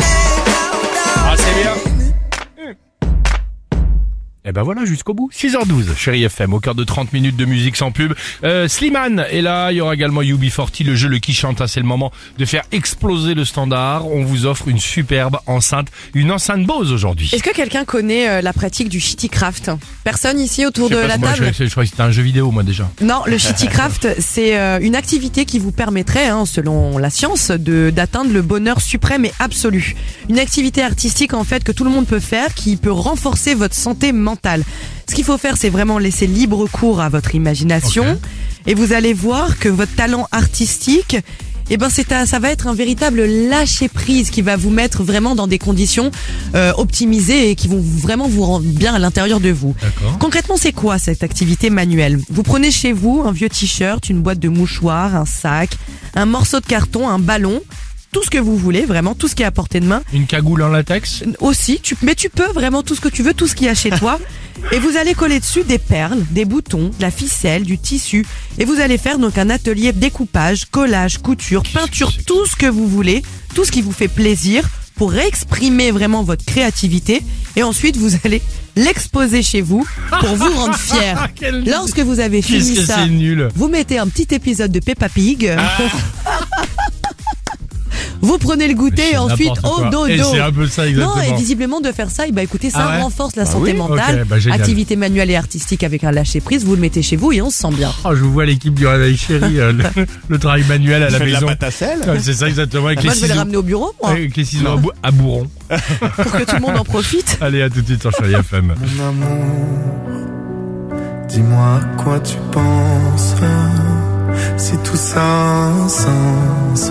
Ah, c'est bien. Et ben voilà, jusqu'au bout. 6h12, chérie FM, au cœur de 30 minutes de musique sans pub. Euh, Slimane est là, il y aura également UB40, le jeu Le Qui Chante. Ah, C'est le moment de faire exploser le standard. On vous offre une superbe enceinte, une enceinte Bose aujourd'hui. Est-ce que quelqu'un connaît euh, la pratique du shittycraft Personne ici autour Je de sais pas, la moi, table je, je crois que c'était un jeu vidéo, moi, déjà. Non, le shittycraft, c'est euh, une activité qui vous permettrait, hein, selon la science, de d'atteindre le bonheur suprême et absolu. Une activité artistique, en fait, que tout le monde peut faire, qui peut renforcer votre santé mentale. Ce qu'il faut faire, c'est vraiment laisser libre cours à votre imagination. Ok. Et vous allez voir que votre talent artistique, eh ben c'est un- ça va être un véritable lâcher prise qui va vous mettre vraiment dans des conditions euh, optimisées et qui vont vraiment vous rendre bien à l'intérieur de vous. D'accord. Concrètement, c'est quoi cette activité manuelle Vous prenez chez vous un vieux t-shirt, une boîte de mouchoirs, un sac, un morceau de carton, un ballon, tout ce que vous voulez, vraiment tout ce qui est à portée de main. Une cagoule en latex. Aussi, tu, mais tu peux vraiment tout ce que tu veux, tout ce qu'il y a chez toi. et vous allez coller dessus des perles, des boutons, de la ficelle, du tissu. Et vous allez faire donc un atelier découpage, collage, couture, que peinture, c'est que tout ce que vous voulez, tout ce qui vous fait plaisir pour exprimer vraiment votre créativité. Et ensuite, vous allez l'exposer chez vous pour vous rendre fier. Ah, quel... Lorsque vous avez Qu'est-ce fini que ça, c'est nul. vous mettez un petit épisode de Peppa Pig. vous prenez le goûter et Ah. C'est ensuite n'importe au quoi. dodo. Et c'est un peu ça, exactement. Non, et visiblement de faire ça, et bah écoutez, ça Ah ouais renforce la Bah santé oui. mentale. Ok, bah génial. Activité manuelle et artistique avec un lâcher prise, vous le mettez chez vous et on se sent bien. Oh, je vous vois l'équipe du réveil chéri, euh, le, le travail manuel à la maison. Ouais, C'est ça exactement avec les Moi, je vais le ciseaux. ramener au bureau, moi, Avec les ciseaux à, bou- à bourron. pour que tout le monde en profite. Allez, à tout de suite sur Chérie FM. Mon amour, dis-moi à quoi tu penses si tout ça a un sens.